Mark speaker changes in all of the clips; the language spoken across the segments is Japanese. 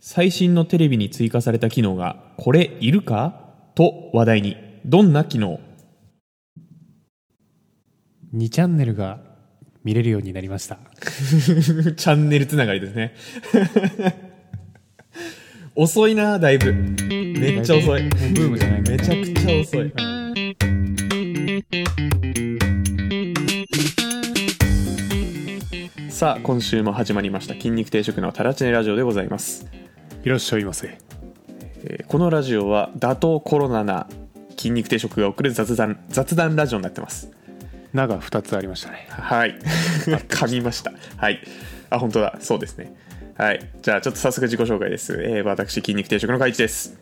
Speaker 1: 最新のテレビに追加された機能が、これいるかと話題に。どんな機能
Speaker 2: 2チャンネルが見れるようになりました
Speaker 1: チャンネルつながりですね。 遅いな、だいぶ。めっちゃ遅い。
Speaker 2: もうブームじゃないか
Speaker 1: め
Speaker 2: ら
Speaker 1: ちゃくちゃ遅い。さあ、今週も始まりました筋肉定食のタラチネラジオでございます。
Speaker 2: いらっしゃいませ
Speaker 1: えーこのラジオは打倒コロナな筋肉定食が送る雑談雑談ラジオになってます。
Speaker 2: 名が2つありましたね
Speaker 1: はい。噛みました。はい。あ、本当だ。そうですね。はい。じゃあ、ちょっと早速自己紹介です。えー私、筋肉定食の海地です。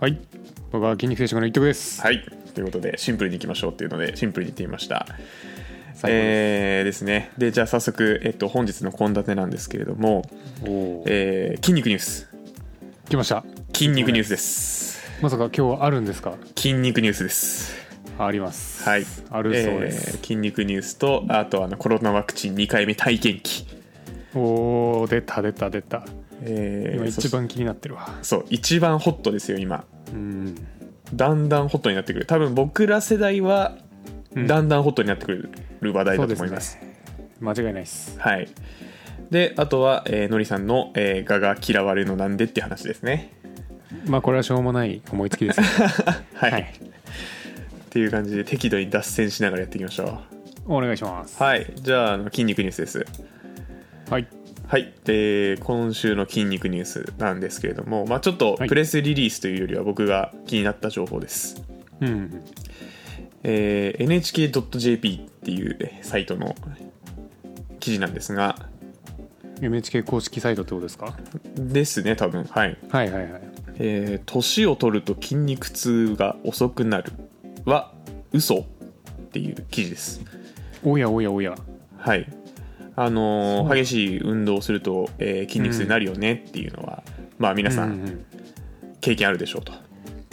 Speaker 2: はい僕は筋肉定食の一徳です、
Speaker 1: はい。ということで、シンプルにいきましょうっていうので、シンプルに言ってみました。
Speaker 2: 最後で
Speaker 1: えーですね。で、じゃあ、早速、えっと、本日の献立なんですけれども、
Speaker 2: すおー
Speaker 1: えー筋肉ニュース。
Speaker 2: 来ました
Speaker 1: 筋肉ニュースです。
Speaker 2: まさか今日あるんですか
Speaker 1: 筋肉ニュースです。
Speaker 2: あります
Speaker 1: はい。
Speaker 2: あるそうです
Speaker 1: えー筋肉ニュースと、あと、あの、コロナワクチン2回目体験記。
Speaker 2: おお出た出た出た
Speaker 1: えー
Speaker 2: 今
Speaker 1: そ
Speaker 2: 一
Speaker 1: し
Speaker 2: 番気になってるわ
Speaker 1: そう、一番ホットですよ、今。
Speaker 2: うん
Speaker 1: だんだんホットになってくる多分僕ら世代は
Speaker 2: うん
Speaker 1: だんだんホットになってくる話題だ
Speaker 2: そう
Speaker 1: と
Speaker 2: で
Speaker 1: 思
Speaker 2: す
Speaker 1: います,、
Speaker 2: ね間違いないです
Speaker 1: はいであとは、えーのりさんの「えーガが嫌われるのなんで?」って話ですね
Speaker 2: まあこれはしょうもない思いつきです、ね、
Speaker 1: はい、
Speaker 2: はい
Speaker 1: っていう感じで適度に脱線しながらやっていきましょ
Speaker 2: お願いします
Speaker 1: うはいじゃああの筋肉ニュースです
Speaker 2: はい
Speaker 1: はいで今週の筋肉ニュースなんですけれども、まあ、ちょっと
Speaker 2: はい
Speaker 1: プレスリリースというよりは僕が気になった情報です、
Speaker 2: うん
Speaker 1: えー NHK.jp っていうサイトの記事なんですが
Speaker 2: NHK 公式サイトってことですか
Speaker 1: ですね多分はい
Speaker 2: はいはいはい
Speaker 1: えー年を取ると筋肉痛が遅くなるは嘘っていう記事です
Speaker 2: おやおやおや
Speaker 1: はいあのー激しい運動をすると、えー筋肉痛になるよねっていうのは、まあ皆さ
Speaker 2: うんん
Speaker 1: 経験あるでしょうと、
Speaker 2: う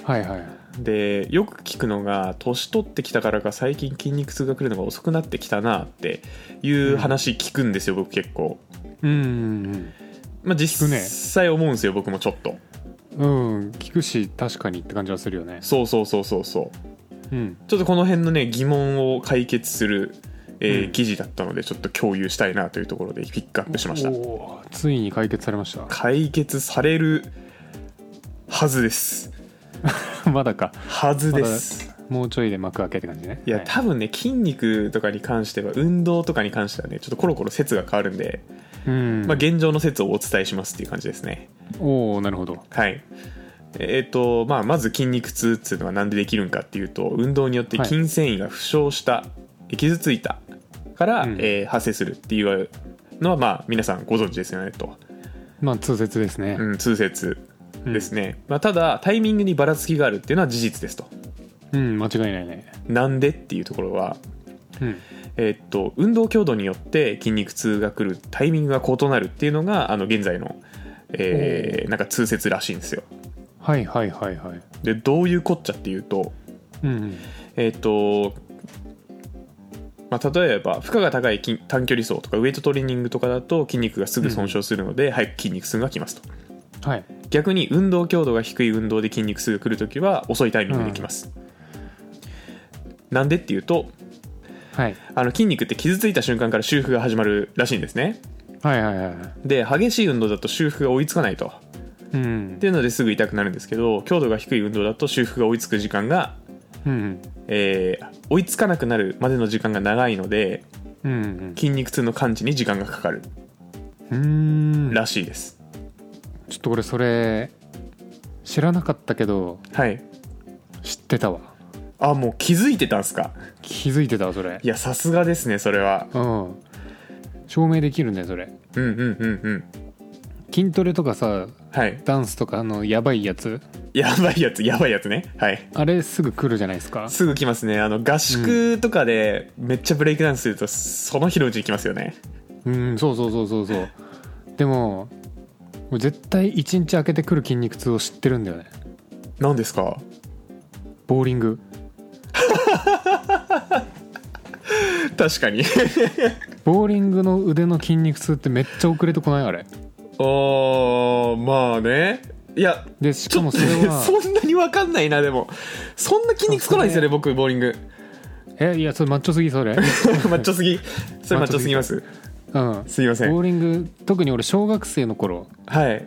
Speaker 2: んはいはい
Speaker 1: でよく聞くのが年取ってきたからか最近筋肉痛が来るのが遅くなってきたなっていう話聞くんですよ、僕結構
Speaker 2: うん
Speaker 1: まあ
Speaker 2: く
Speaker 1: 実
Speaker 2: ね
Speaker 1: 際思うんですよ僕もちょっと
Speaker 2: うんうん、うん、聞くし確かにって感じはするよね
Speaker 1: そうそうそうそうそう
Speaker 2: うん
Speaker 1: ちょっとこの辺のね疑問を解決する、えー
Speaker 2: うん
Speaker 1: 記事だったのでちょっと共有したいなというところでピックアップしました
Speaker 2: おーついに解決されまし
Speaker 1: 解決されるはずです
Speaker 2: た まだか
Speaker 1: はずです、
Speaker 2: もうちょいで幕開けって感じね
Speaker 1: いや
Speaker 2: はい
Speaker 1: 多分ね筋肉とかに関しては運動とかに関してはねちょっとコロコロ説が変わるんで、
Speaker 2: うん、
Speaker 1: まあ、現状の説をお伝えしますっていう感じですね
Speaker 2: おおなるほど
Speaker 1: はいえっ、と、まあ、まず筋肉痛っていうのは何でできるんかっていうと運動によって
Speaker 2: はい
Speaker 1: 筋繊維が負傷した、傷ついたから、
Speaker 2: うん
Speaker 1: えー発生するっていうのはまあ皆さんご存知ですよねと、
Speaker 2: まあ通説ですね、
Speaker 1: うん、通説ですね、まあ、ただタイミングにばらつきがあるっていうのは事実ですと
Speaker 2: うん、間違いないね
Speaker 1: なんでっていうところは
Speaker 2: うん
Speaker 1: えっと運動強度によって筋肉痛が来るタイミングが異なるっていうのがあの現在の、えーなんか通説らしいんですよ
Speaker 2: はいはいはいはい
Speaker 1: でどういうこっちゃっていうと
Speaker 2: うんうん
Speaker 1: えっ、と、まあ、例えば負荷が高い筋短距離走とかウエイトトレーニングとかだと筋肉がすぐ損傷するので、早く筋肉痛がきますと
Speaker 2: はい
Speaker 1: 逆に運動強度が低い運動で筋肉痛が来るときは遅いタイミングできます、なんでっていうと
Speaker 2: はい
Speaker 1: あの筋肉って傷ついた瞬間から修復が始まるらしいんですね
Speaker 2: はいはいはいはい
Speaker 1: で激しい運動だと修復が追いつかないと
Speaker 2: うん
Speaker 1: っていうのですぐ痛くなるんですけど強度が低い運動だと修復が追いつく時間が、
Speaker 2: うん
Speaker 1: えー追いつかなくなるまでの時間が長いので
Speaker 2: うんうん
Speaker 1: 筋肉痛の感知に時間がかかる
Speaker 2: うん
Speaker 1: らしいです、
Speaker 2: ちょっと俺それ知らなかったけど
Speaker 1: はい
Speaker 2: 知ってたわ
Speaker 1: あもう気づいてたんすか
Speaker 2: 気づいてたわそれ
Speaker 1: いやさすがですねそれは
Speaker 2: うん証明できるねそれ
Speaker 1: うんうんうんうん
Speaker 2: 筋トレとかさ
Speaker 1: はい
Speaker 2: ダンスとかあのやばいやつ
Speaker 1: やばいやつやばいやつねはい
Speaker 2: あれすぐ来るじゃないですか
Speaker 1: すぐ来ますねあの合宿とかでめっちゃブレイクダウンするとその日のうちに来ますよね
Speaker 2: うんそうそうそうそうそうでも俺絶対1日開けてくる筋肉痛を知ってるんだよね
Speaker 1: 何ですか
Speaker 2: ボーリング
Speaker 1: 確かに
Speaker 2: ボーリングの腕の筋肉痛ってめっちゃ遅れてこないあれ
Speaker 1: おーーまあねいや
Speaker 2: でし
Speaker 1: ち
Speaker 2: か
Speaker 1: ょっ
Speaker 2: も
Speaker 1: と
Speaker 2: それ は
Speaker 1: そんなに分かんないなでもそんな筋肉少ないですよね僕ボーリング
Speaker 2: えいやそれマッチョすぎそれ
Speaker 1: マッチョすぎそれマッチョすぎます
Speaker 2: うん
Speaker 1: すいません
Speaker 2: ボーリング特に俺小学生の頃
Speaker 1: はい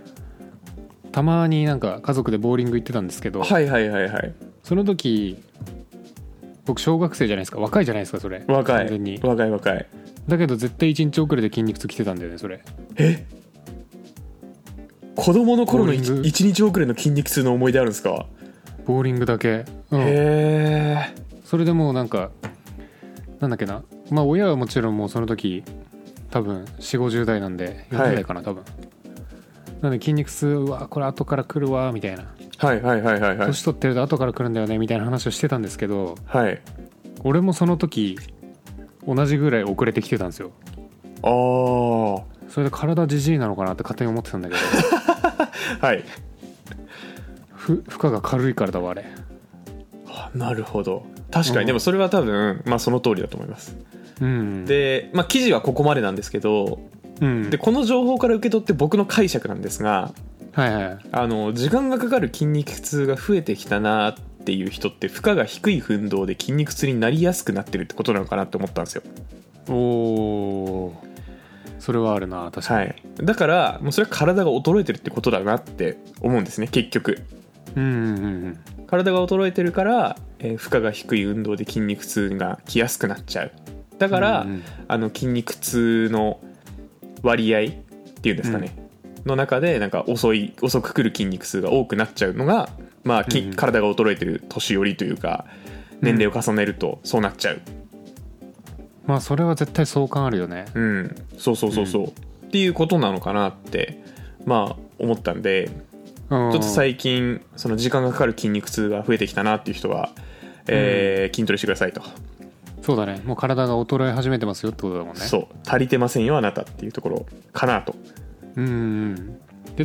Speaker 2: たまになんか家族でボーリング行ってたんですけど、
Speaker 1: はいはいはいはい
Speaker 2: その時僕小学生じゃないですか若いじゃないですかそれ
Speaker 1: 若
Speaker 2: 完全
Speaker 1: い
Speaker 2: に
Speaker 1: 若い若い
Speaker 2: だけど絶対一日遅れで筋肉痛来てたんだよねそれ
Speaker 1: え子供の頃の
Speaker 2: ボーリング
Speaker 1: 1日遅れの筋肉痛の思い出あるんですか、
Speaker 2: ボーリングだけ、うん、
Speaker 1: へえ
Speaker 2: それでもうなんかなんだっけなまあ親はもちろんもうその時多分4 5 0代なんで40
Speaker 1: はい
Speaker 2: 代かな、多分なんで筋肉痛うわこれ後から来るわみたいな
Speaker 1: はいはいはいはいはい
Speaker 2: 年取ってると後から来るんだよねみたいな話をしてたんですけど
Speaker 1: はい
Speaker 2: 俺もその時同じぐらい遅れてきてたんですよ
Speaker 1: ああは
Speaker 2: それで体じじいなのかなって勝手に思ってたんだけど
Speaker 1: い
Speaker 2: ふ負荷が軽いからだわあれ
Speaker 1: あなるほど確か
Speaker 2: うん
Speaker 1: にでもそれは多分、まあ、その通りだと思います
Speaker 2: うん
Speaker 1: で、まあ、記事はここまでなんですけど
Speaker 2: うん
Speaker 1: でこの情報から受け取って僕の解釈なんですが
Speaker 2: はいはい
Speaker 1: あの時間がかかる筋肉痛が増えてきたなっていう人って負荷が低い運動で筋肉痛になりやすくなってるってことなのかなって思ったんですよ
Speaker 2: おおそれはあるな確か
Speaker 1: は
Speaker 2: に、
Speaker 1: い、だからもうそれは体が衰えてるってことだなって思うんですね結局
Speaker 2: うんうんうん
Speaker 1: 体が衰えてるから、えー負荷が低い運動で筋肉痛がきやすくなっちゃうだから、
Speaker 2: うんうん
Speaker 1: あの筋肉痛の割合っていうんですかね、の中でなんか遅い遅く来る筋肉痛が多くなっちゃうのが、まあき
Speaker 2: うんうん
Speaker 1: 体が衰えてる年寄りというか年齢を重ねるとそうなっちゃう
Speaker 2: まあそれは絶対相関あるよね
Speaker 1: うん、そうそうそうそう、っていうことなのかなってまあ思ったんで
Speaker 2: ちょ
Speaker 1: ちょっと最近その時間がかかる筋肉痛が増えてきたなっていう人は、えー筋トレしてくださいと、
Speaker 2: そうだねもう体が衰え始めてますよってことだもんね
Speaker 1: そう足りてませんよあなたっていうところかなと
Speaker 2: うんうんうんで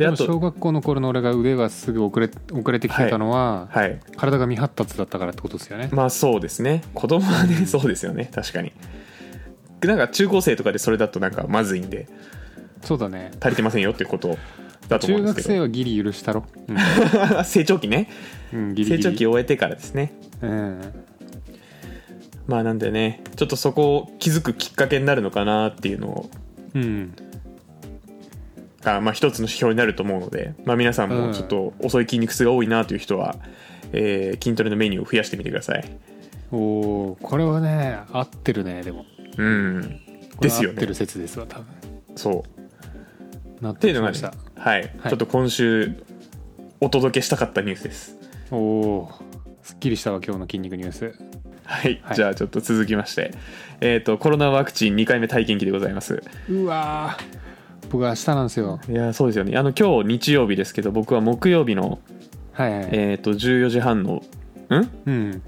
Speaker 1: で
Speaker 2: でも
Speaker 1: あと
Speaker 2: 小学校の頃の俺が腕がすぐ遅れ遅れてきてたのは、
Speaker 1: はい
Speaker 2: 体が未発達だったからってことですよね、
Speaker 1: まあそうですね子供はねそうですよね確かになんか中高生とかでそれだとなんかまずいんで
Speaker 2: そうだね
Speaker 1: 足りてませんよっていうことだと思う
Speaker 2: 中
Speaker 1: んで
Speaker 2: 学
Speaker 1: すけ
Speaker 2: 生
Speaker 1: ど
Speaker 2: はギリ許したろ、うん
Speaker 1: 成長期ね
Speaker 2: うん、ギリギリ
Speaker 1: 成長期を終えてからですね
Speaker 2: うん
Speaker 1: まあなんでねちょっとそこを気づくきっかけになるのかなっていうのを
Speaker 2: うん
Speaker 1: が、まあ、一つの指標になると思うので、まあ、皆さん
Speaker 2: うん
Speaker 1: もちょっと遅い筋肉痛が多いなという人は、えー筋トレのメニューを増やしてみてください。
Speaker 2: おおこれはね合ってるねでも
Speaker 1: うん、
Speaker 2: こ
Speaker 1: で
Speaker 2: れは
Speaker 1: すよ
Speaker 2: 合って
Speaker 1: ね
Speaker 2: る。説ですわ多分
Speaker 1: そうっ
Speaker 2: なってて
Speaker 1: いう
Speaker 2: き
Speaker 1: のが
Speaker 2: ま
Speaker 1: ね、
Speaker 2: し
Speaker 1: は
Speaker 2: た、
Speaker 1: い、
Speaker 2: はい
Speaker 1: ちょっと今週お届けしたかったニュースです。
Speaker 2: おおーすっきりしたわ今日の筋肉ニュース
Speaker 1: はい、
Speaker 2: はい
Speaker 1: じゃあちょっと続きまして、えー、とコロナワクチン2回目体験記でございます。
Speaker 2: うわー僕明日なんですよ
Speaker 1: いやーそうですよねあの今日日曜日ですけど僕は木曜日の、
Speaker 2: はいはい、
Speaker 1: えー、と14時半のん
Speaker 2: うん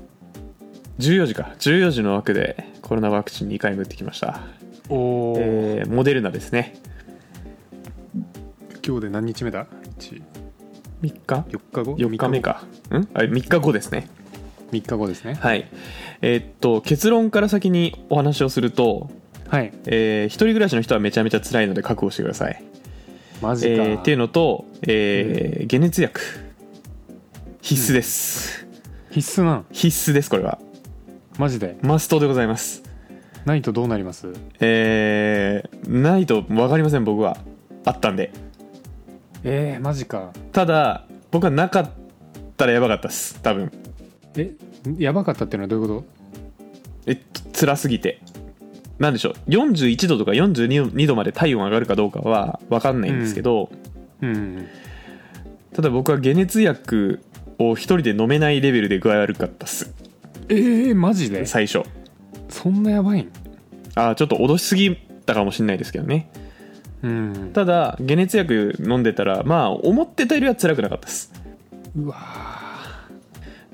Speaker 1: 14時か14時の枠でコロナワクチン2回目打ってきました、
Speaker 2: おお、
Speaker 1: えーモデルナですね
Speaker 2: 今日で何日目だ1
Speaker 1: 3日
Speaker 2: 4日後
Speaker 1: 4日目かうんあ3日後ですね
Speaker 2: 3日後ですね
Speaker 1: はいえーっと結論から先にお話をすると、
Speaker 2: はい
Speaker 1: えー一人暮らしの人はめちゃめちゃ辛いので覚悟してください、
Speaker 2: マ
Speaker 1: え
Speaker 2: ジか、
Speaker 1: ーっていうのと、えー解熱薬必須です、
Speaker 2: 必須なの
Speaker 1: 必須ですこれは
Speaker 2: マジで
Speaker 1: マストでございます
Speaker 2: ないとどうなります
Speaker 1: えーないと分かりません僕はあったんで
Speaker 2: えー、マジか
Speaker 1: ただ僕はなかったらやばかったです多分
Speaker 2: えやばかったっていうのはどういうこ
Speaker 1: えっと辛すぎてなんでしょう41度とか42度まで体温上がるかどうかは分かんないんですけど、
Speaker 2: とうん
Speaker 1: ただ僕は解熱薬を一人で飲めないレベルで具合悪かったっす
Speaker 2: えー、マジで
Speaker 1: 最初
Speaker 2: そんなやばいん
Speaker 1: あーちょっと脅しすぎたかもしれないですけどね
Speaker 2: うん
Speaker 1: ただ解熱薬飲んでたらまあ思ってたよりは辛くなかったです
Speaker 2: うわ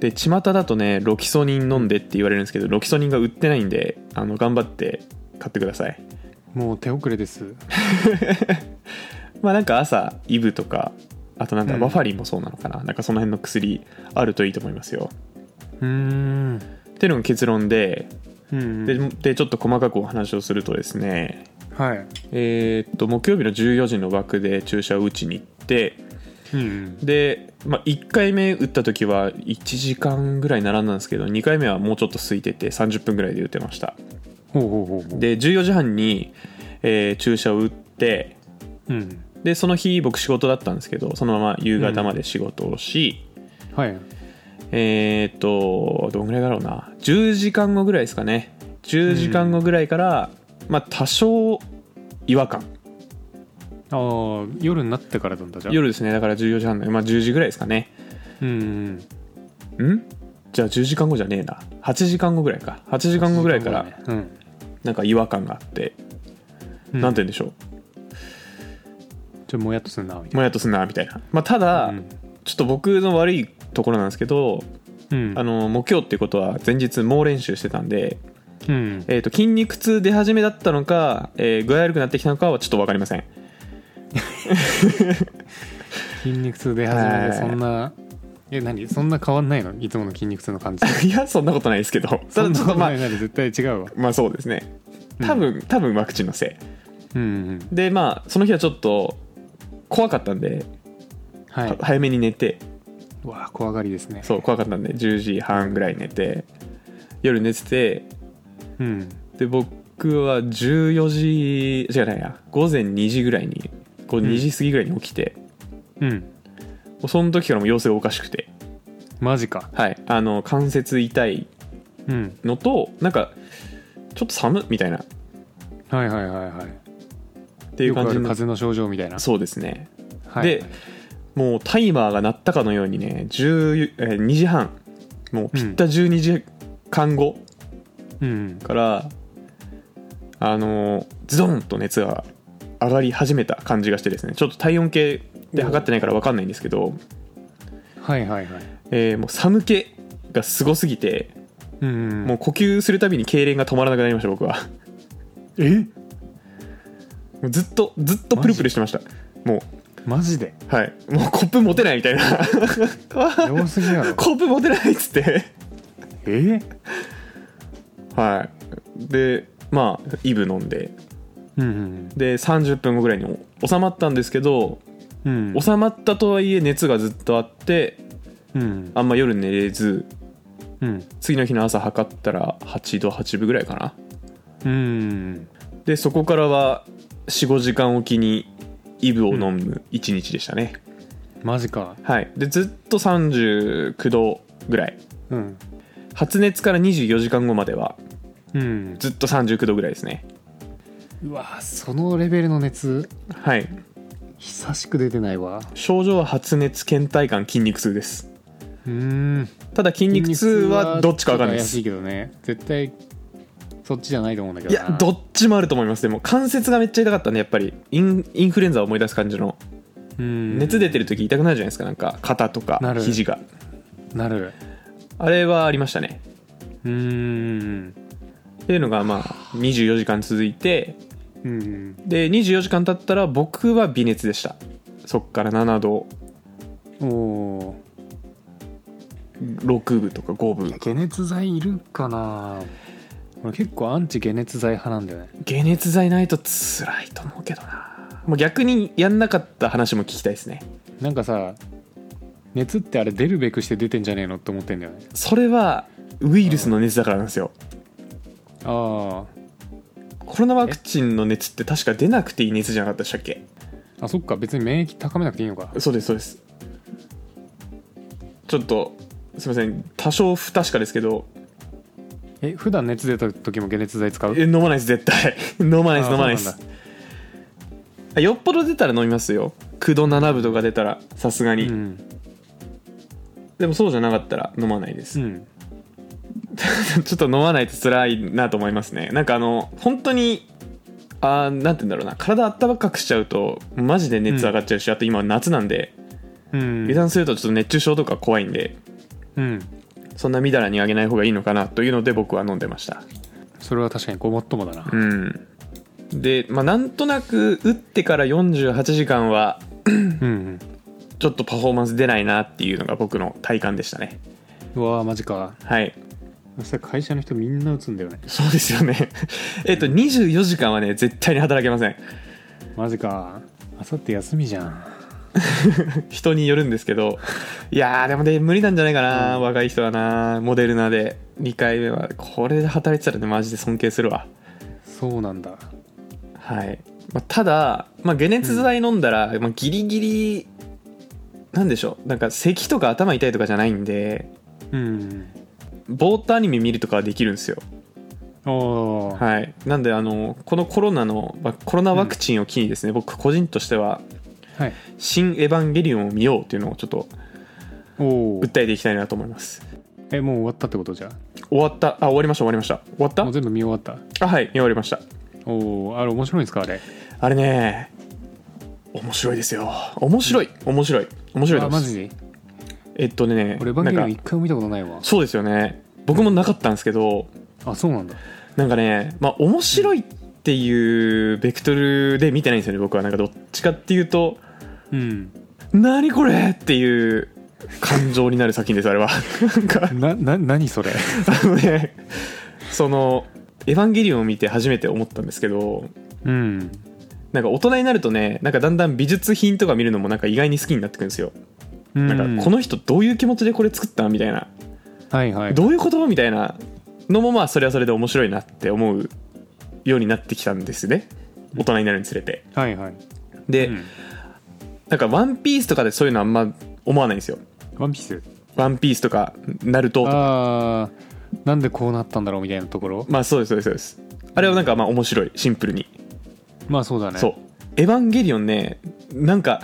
Speaker 1: で巷だとねロキソニン飲んでって言われるんですけどロキソニンが売ってないんであの頑張って買ってください
Speaker 2: ーもう手遅れです
Speaker 1: まあなんか朝イブとかあとなんだ
Speaker 2: うん
Speaker 1: バファリンもそうなのかな、なんかその辺の薬あるといいと思いますよ
Speaker 2: うーん
Speaker 1: っていうのが結論で
Speaker 2: うん
Speaker 1: ででちょっと細かくお話をするとですね
Speaker 2: はい
Speaker 1: えーっと木曜日の14時の枠で注射を打ちに行って
Speaker 2: うん
Speaker 1: で、まあ、1回目打った時は1時間ぐらい並んだんですけど2回目はもうちょっと空いてて30分ぐらいで打てました
Speaker 2: ほうほうほうほう
Speaker 1: で14時半に、えー注射を打って
Speaker 2: うん
Speaker 1: でその日僕仕事だったんですけどそのまま夕方まで仕事をし、
Speaker 2: はい
Speaker 1: えーっとどんぐらいだろうな10時間後ぐらいですかね10時間後ぐらいから、まあ多少違和感
Speaker 2: ああ夜になってからなんだじゃあ
Speaker 1: 夜ですねだから14時半の、まあ、10時ぐらいですかね
Speaker 2: うんうん
Speaker 1: んじゃあ10時間後じゃねえな8時間後ぐらいか8時間後ぐらいから
Speaker 2: 時間後だね
Speaker 1: なんか違和感があって、
Speaker 2: うん
Speaker 1: なんて言うんでしょ
Speaker 2: ちょっともやっとするなみ
Speaker 1: う
Speaker 2: たい
Speaker 1: もやっとすんなみたいな、まあ、ただ、
Speaker 2: なうん
Speaker 1: ちょっと僕の悪いところなんですけど、
Speaker 2: うん
Speaker 1: あのもう今日ってことは前日猛練習してたんで、
Speaker 2: うん
Speaker 1: えー、と筋肉痛出始めだったのか、えー具合悪くなってきたのかはちょっと分かりません
Speaker 2: 筋肉痛出始め
Speaker 1: は
Speaker 2: で
Speaker 1: い
Speaker 2: そんなえ何そんな変わんないのいつもの筋肉痛の 感じ
Speaker 1: いやそんなことないですけどた
Speaker 2: そ
Speaker 1: だ
Speaker 2: ん
Speaker 1: ち
Speaker 2: な
Speaker 1: ょっとまあ
Speaker 2: ない絶対違うわ
Speaker 1: まあそうですね多分、多分ワクチンのせ
Speaker 2: うんうん
Speaker 1: いでまあその日はちょっと怖かったんで、
Speaker 2: はい
Speaker 1: 早めに寝て
Speaker 2: うわあ怖がりですね
Speaker 1: そう怖かったんで10時半ぐらい寝て夜寝てて
Speaker 2: うん
Speaker 1: で僕は14時違うないや午前2時ぐらいにこう
Speaker 2: うん
Speaker 1: 2時過ぎぐらいに起きて、も
Speaker 2: うん
Speaker 1: うその時からもう様子がおかしくて
Speaker 2: マジか
Speaker 1: はいあの関節痛い
Speaker 2: うん
Speaker 1: のとなんかちょっと寒っみたいなっ
Speaker 2: はいはいはいはい
Speaker 1: ていう
Speaker 2: よくあ
Speaker 1: 感じ
Speaker 2: る
Speaker 1: に
Speaker 2: 風
Speaker 1: なって
Speaker 2: 邪の症状みたいな
Speaker 1: そうですね
Speaker 2: はい
Speaker 1: でもうタイマーが鳴ったかのようにね10えー2時半もうぴった12時間後
Speaker 2: うん
Speaker 1: から、あのズドンと熱が上がり始めた感じがしてですねちょっと体温計で測ってないから分かんないんですけど、
Speaker 2: はいはいはい
Speaker 1: えーもう寒気がすごすぎて
Speaker 2: うんうん
Speaker 1: もう呼吸するたびに痙攣が止まらなくなりました僕は
Speaker 2: え
Speaker 1: もうずっとずっとプルプルしてましたも
Speaker 2: マジで
Speaker 1: うはいもうコップ持てないみたいな
Speaker 2: 弱すぎや ろ
Speaker 1: コップ持てないっつって
Speaker 2: え
Speaker 1: はいでまあイブ飲んで
Speaker 2: うんうん
Speaker 1: で30分後ぐらいにお収まったんですけど
Speaker 2: うん
Speaker 1: 収まったとはいえ熱がずっとあって
Speaker 2: うん
Speaker 1: あんま夜寝れず
Speaker 2: うん
Speaker 1: 次の日の朝測ったら8度8分ぐらいかな
Speaker 2: うん
Speaker 1: でそこからは45時間おきにイブを飲む1日でしたね、
Speaker 2: マジか
Speaker 1: はいでずっと39度ぐらい
Speaker 2: うん
Speaker 1: 発熱から24時間後までは
Speaker 2: うん
Speaker 1: ずっと39度ぐらいですね
Speaker 2: うわそのレベルの熱
Speaker 1: はい
Speaker 2: 久しく出てないわ
Speaker 1: 症状は発熱倦怠感筋肉痛です
Speaker 2: うーん
Speaker 1: ただ筋肉痛はどっちか分かんないで
Speaker 2: ちょ
Speaker 1: す
Speaker 2: っと怪しいけどね絶対そっちじゃないと思うんだけ
Speaker 1: い
Speaker 2: どない
Speaker 1: やどっちもあると思いますでも関節がめっちゃ痛かったねやっぱりインインフルエンザを思い出す感じの
Speaker 2: うん
Speaker 1: 熱出てる時痛くなるじゃないですかなんか肩とか
Speaker 2: なる
Speaker 1: 肘が
Speaker 2: なる
Speaker 1: あれはありましたね
Speaker 2: うーん
Speaker 1: っていうのがまあ24時間続いて
Speaker 2: うん
Speaker 1: で24時間経ったら僕は微熱でしたそっから7度
Speaker 2: おお
Speaker 1: 6分とか5分
Speaker 2: 解熱剤いるかな俺結構アンチ解熱剤派なんだよね
Speaker 1: 解熱剤ないと辛いと思うけどなもう逆にやんなかった話も聞きたいですね
Speaker 2: なんかさ熱ってあれ出るべくして出てんじゃねえのって思ってんだよね
Speaker 1: それはウイルスの熱だからなんですよ
Speaker 2: あ
Speaker 1: コロナワクチンの熱って確か出なくていい熱じゃなかったでしたっけ
Speaker 2: ーあそっか別に免疫高めなくていいのか
Speaker 1: そうですそうですちょっとすいません多少不確かですけど
Speaker 2: え普段熱出た時も解熱剤使う
Speaker 1: え飲まないです絶対 飲まないです
Speaker 2: あ
Speaker 1: 飲まないで
Speaker 2: そう
Speaker 1: す
Speaker 2: な
Speaker 1: あよっぽど出たら飲みますよ9度7分とか出たらさすがに、
Speaker 2: うん
Speaker 1: でもそうじゃなかったら飲まないで
Speaker 2: う
Speaker 1: す、
Speaker 2: ん
Speaker 1: ちょっと飲まないと辛いなと思いますねなんかあの本当にあーなんて言うんだろうな体あったかくしちゃうとマジで熱上がっちゃうし、あと今夏なんで
Speaker 2: うん
Speaker 1: 油断するとちょっと熱中症とか怖いんで
Speaker 2: うん
Speaker 1: そんなみだらにあげない方がいいのかなというので僕は飲んでました
Speaker 2: それは確かにごもっともだな
Speaker 1: うんで、まあ、なんとなく打ってから48時間は
Speaker 2: うん
Speaker 1: ちょっとパフォーマンス出ないなっていうのが僕の体感でしたね
Speaker 2: うわーマジか
Speaker 1: はい
Speaker 2: そしたら会社の人みんな打つんだよね
Speaker 1: そうですよね えっと24時間はね絶対に働けません
Speaker 2: マジかあさって休みじゃん
Speaker 1: 人によるんですけどいやーでもで無理なんじゃないかな、若い人はなモデルナで2回目はこれで働いてたらねマジで尊敬するわ
Speaker 2: そうなんだ
Speaker 1: はい、まあ、ただ、まあ、解熱剤飲んだら、まあ、ギリギリなんでしょうなんか咳とか頭痛いとかじゃないんで
Speaker 2: うん
Speaker 1: ぼーっとアニメ見るとかはできるんですよ
Speaker 2: ああ、
Speaker 1: はいなんであのこのコロナの、まあ、コロナワクチンを機にですね、僕個人としては
Speaker 2: はい、
Speaker 1: 「新エヴァンゲリオン」を見ようっていうのをちょっと
Speaker 2: おお
Speaker 1: 訴えていきたいなと思います
Speaker 2: えもう終わったってことじゃ
Speaker 1: 終わったあ終わりました終わりました終わ
Speaker 2: あもう
Speaker 1: っ
Speaker 2: 全部見終わった
Speaker 1: たあはい見終わりました
Speaker 2: おおあれ面白いんですかあれ
Speaker 1: あれね面白いですよ面白い面白い面白い
Speaker 2: あ
Speaker 1: で
Speaker 2: マ
Speaker 1: す
Speaker 2: ジ
Speaker 1: えっとね
Speaker 2: 俺エヴァンゲリオ
Speaker 1: な
Speaker 2: ン
Speaker 1: んか
Speaker 2: 一回も見たことないわ
Speaker 1: そうですよね僕もなかったんですけど
Speaker 2: あそうなんだ
Speaker 1: なんかねまあ面白いっていうベクトルで見てないんですよね僕はなんかどっちかっていうと
Speaker 2: うん
Speaker 1: 何これっていう感情になる作品ですあれは なんか
Speaker 2: なな何それ
Speaker 1: あのねその「エヴァンゲリオン」を見て初めて思ったんですけど
Speaker 2: うん
Speaker 1: なんか大人になるとねなんかだんだん美術品とか見るのもなんか意外に好きになってくるんですよ、なんかこ
Speaker 2: の
Speaker 1: の人どういう気持ちでこれ作ったみたいな
Speaker 2: はいはい
Speaker 1: どういう言葉みたいなのもまあそれはそれで面白いなって思うようになってきたんですね大人になるにつれて
Speaker 2: はいはい
Speaker 1: で、
Speaker 2: うん
Speaker 1: なんか「ワンピースとかでそういうのあんま思わないんですよ
Speaker 2: ワンピース
Speaker 1: 「ワンピースとか「ナルトとか
Speaker 2: あーなんでこうなったんだろうみたいなところ
Speaker 1: まあそうですそうですそうですあれはなんかまあ面白いシンプルに
Speaker 2: まあそうだね
Speaker 1: そう「エヴァンゲリオンね」なんか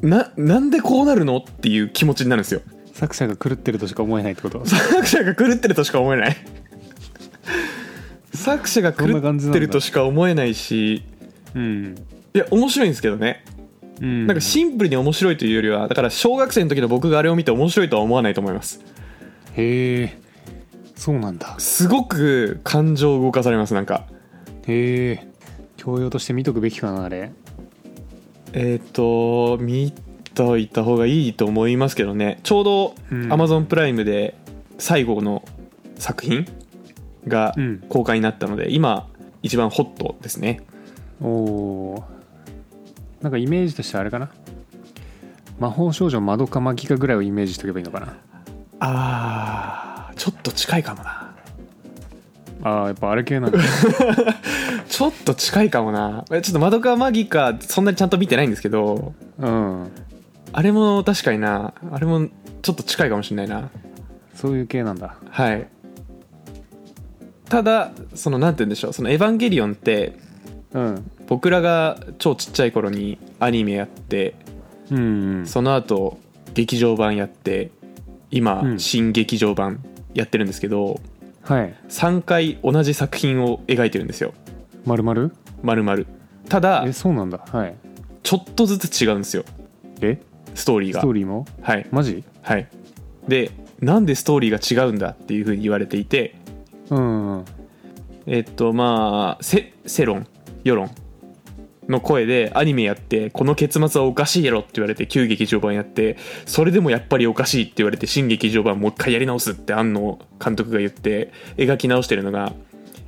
Speaker 1: ななんでこうなるのっていう気持ちになるんですよ
Speaker 2: 作者が狂ってるとしか思えないってこと
Speaker 1: 作者が狂ってるとしか思え ない作者が狂
Speaker 2: そんな感じ
Speaker 1: っ
Speaker 2: なん
Speaker 1: て
Speaker 2: だ
Speaker 1: るとしか思えないし
Speaker 2: うん、
Speaker 1: いや面白いんですけどね
Speaker 2: うん、
Speaker 1: なんかシンプルに面白いというよりはだから小学生の時の僕があれを見て面白いとは思わないと思います
Speaker 2: へえそうなんだ
Speaker 1: すごく感情を動かされますなんか
Speaker 2: へえ教養として見とくべきかなあれ
Speaker 1: えっ、と見といた方がいいと思いますけどねちょうど
Speaker 2: うん
Speaker 1: Amazon プライムで最後の作品が
Speaker 2: うん
Speaker 1: 公開になったので、今一番ホットですね
Speaker 2: おおなんかイメージとしてはあれかな魔法少女まどかマギカぐらいをイメージしとけばいいのかな
Speaker 1: あーちょっと近いかもな
Speaker 2: あーやっぱあれ系 なんだ
Speaker 1: ちょっと近いかもなえちょっと窓かマギかそんなにちゃんと見てないんですけど
Speaker 2: うん
Speaker 1: あれも確かになあれもちょっと近いかもしれないな
Speaker 2: そういう系なんだ
Speaker 1: はいただそのなんて言うんでしょうその「エヴァンゲリオン」って
Speaker 2: うん
Speaker 1: 僕らが超ちっちゃい頃にアニメやって
Speaker 2: うんうん
Speaker 1: その後劇場版やって今、
Speaker 2: うん
Speaker 1: 新劇場版やってるんですけど
Speaker 2: はい
Speaker 1: 3回同じ作品を描いてるんですよ
Speaker 2: まるまる
Speaker 1: 丸々ただ
Speaker 2: えそうなんだはい
Speaker 1: ちょっとずつ違うんですよ
Speaker 2: え
Speaker 1: ストーリー
Speaker 2: ス
Speaker 1: が
Speaker 2: トーリーも
Speaker 1: はい
Speaker 2: マジ
Speaker 1: はいでなんでストーリーが違うんだっていうふうに言われていて
Speaker 2: うんうん
Speaker 1: えっとまあセ世論世論の声でアニメやってこの結末はおかしいやろって言われて旧劇場版やってそれでもやっぱりおかしいって言われて新劇場版もう一回やり直すって庵野監督が言って描き直してるのが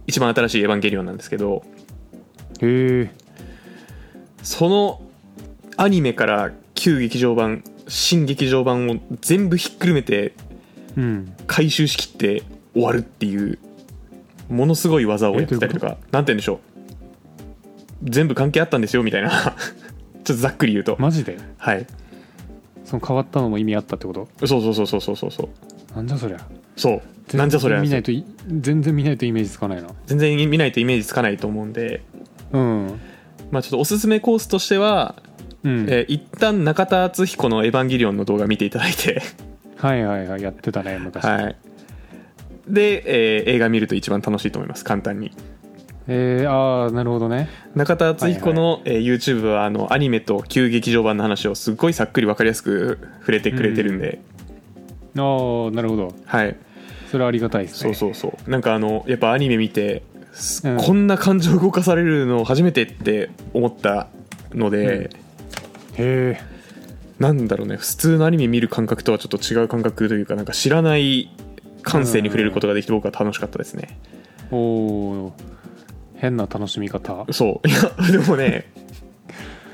Speaker 1: 一番新しい「エヴァンゲリオン」なんですけど
Speaker 2: へえ
Speaker 1: そのアニメから旧劇場版新劇場版を全部ひっくるめて
Speaker 2: うん
Speaker 1: 回収しきって終わるっていうものすごい技をやってたりとかなんて言うんでしょう全部関係あったんですよみたいな ちょっとざっくり言うと、
Speaker 2: マジで
Speaker 1: はい
Speaker 2: その変わったのも意味あったってこと
Speaker 1: そうそうそうそうそうそうそう
Speaker 2: なんじゃそりゃ
Speaker 1: そうなんじゃそれ
Speaker 2: 全然見な
Speaker 1: 全
Speaker 2: いとい全然見ないとイメージつかないな
Speaker 1: 然見ないとイメージつかないと思うんで
Speaker 2: うん
Speaker 1: まあちょっとおすすめコースとしては、
Speaker 2: うん、
Speaker 1: えー一旦中田敦彦の「エヴァンゲリオン」の動画見ていただいて
Speaker 2: はいはいはいやってたね昔、
Speaker 1: はいで、えー映画見ると一番楽しいと思います簡単に
Speaker 2: えー、ああなるほどね
Speaker 1: 中田敦彦の、えー YouTube はあのアニメと旧劇場版の話をすっごいさっくり分かりやすく触れてくれてるんで、
Speaker 2: ああなるほど
Speaker 1: はい
Speaker 2: それはありがたいです
Speaker 1: そ
Speaker 2: ね
Speaker 1: うそうそうなんかあのやっぱアニメ見て、す
Speaker 2: うん
Speaker 1: こんな感情動かされるの初めてって思ったので、
Speaker 2: へえ
Speaker 1: なんだろうね普通のアニメ見る感覚とはちょっと違う感覚というかなんか知らない感性に触れることができて僕は楽しかったですね、
Speaker 2: おお変な楽しみ方
Speaker 1: そういやでもね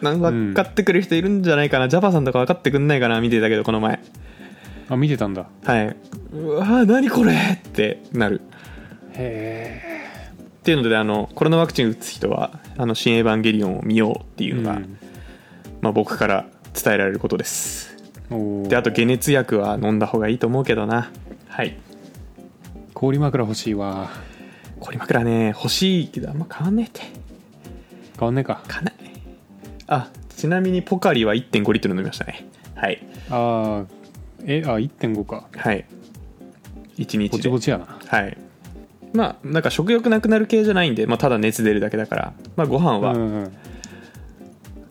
Speaker 1: なんか分かってくる人いるんじゃないかな、ジャパさんとか分かってくんないかな見てたけどこの前
Speaker 2: あ見てたんだ
Speaker 1: はいうわー何これってなる
Speaker 2: へ
Speaker 1: っていうのであのコロナワクチン打つ人は「あの新エヴァンゲリオン」を見ようってい
Speaker 2: え
Speaker 1: うのが、まあ、僕から伝えられることです
Speaker 2: お
Speaker 1: であと
Speaker 2: げ
Speaker 1: 解熱薬は飲んだ方がいいと思うけどなはい
Speaker 2: 氷枕欲しいわ
Speaker 1: これ枕ね欲しいけどあんま買わねえって
Speaker 2: 変わんねえか
Speaker 1: 買わないあちなみにポカリは1.5リットル飲みましたねはい
Speaker 2: あーえあ1.5か
Speaker 1: はい1
Speaker 2: ぼ
Speaker 1: 日
Speaker 2: ち
Speaker 1: で
Speaker 2: ぼちやな
Speaker 1: はいまあなんか食欲なくなる系じゃないんで、まあ、ただ熱出るだけだから、まあ、ご飯
Speaker 2: うん
Speaker 1: は
Speaker 2: うん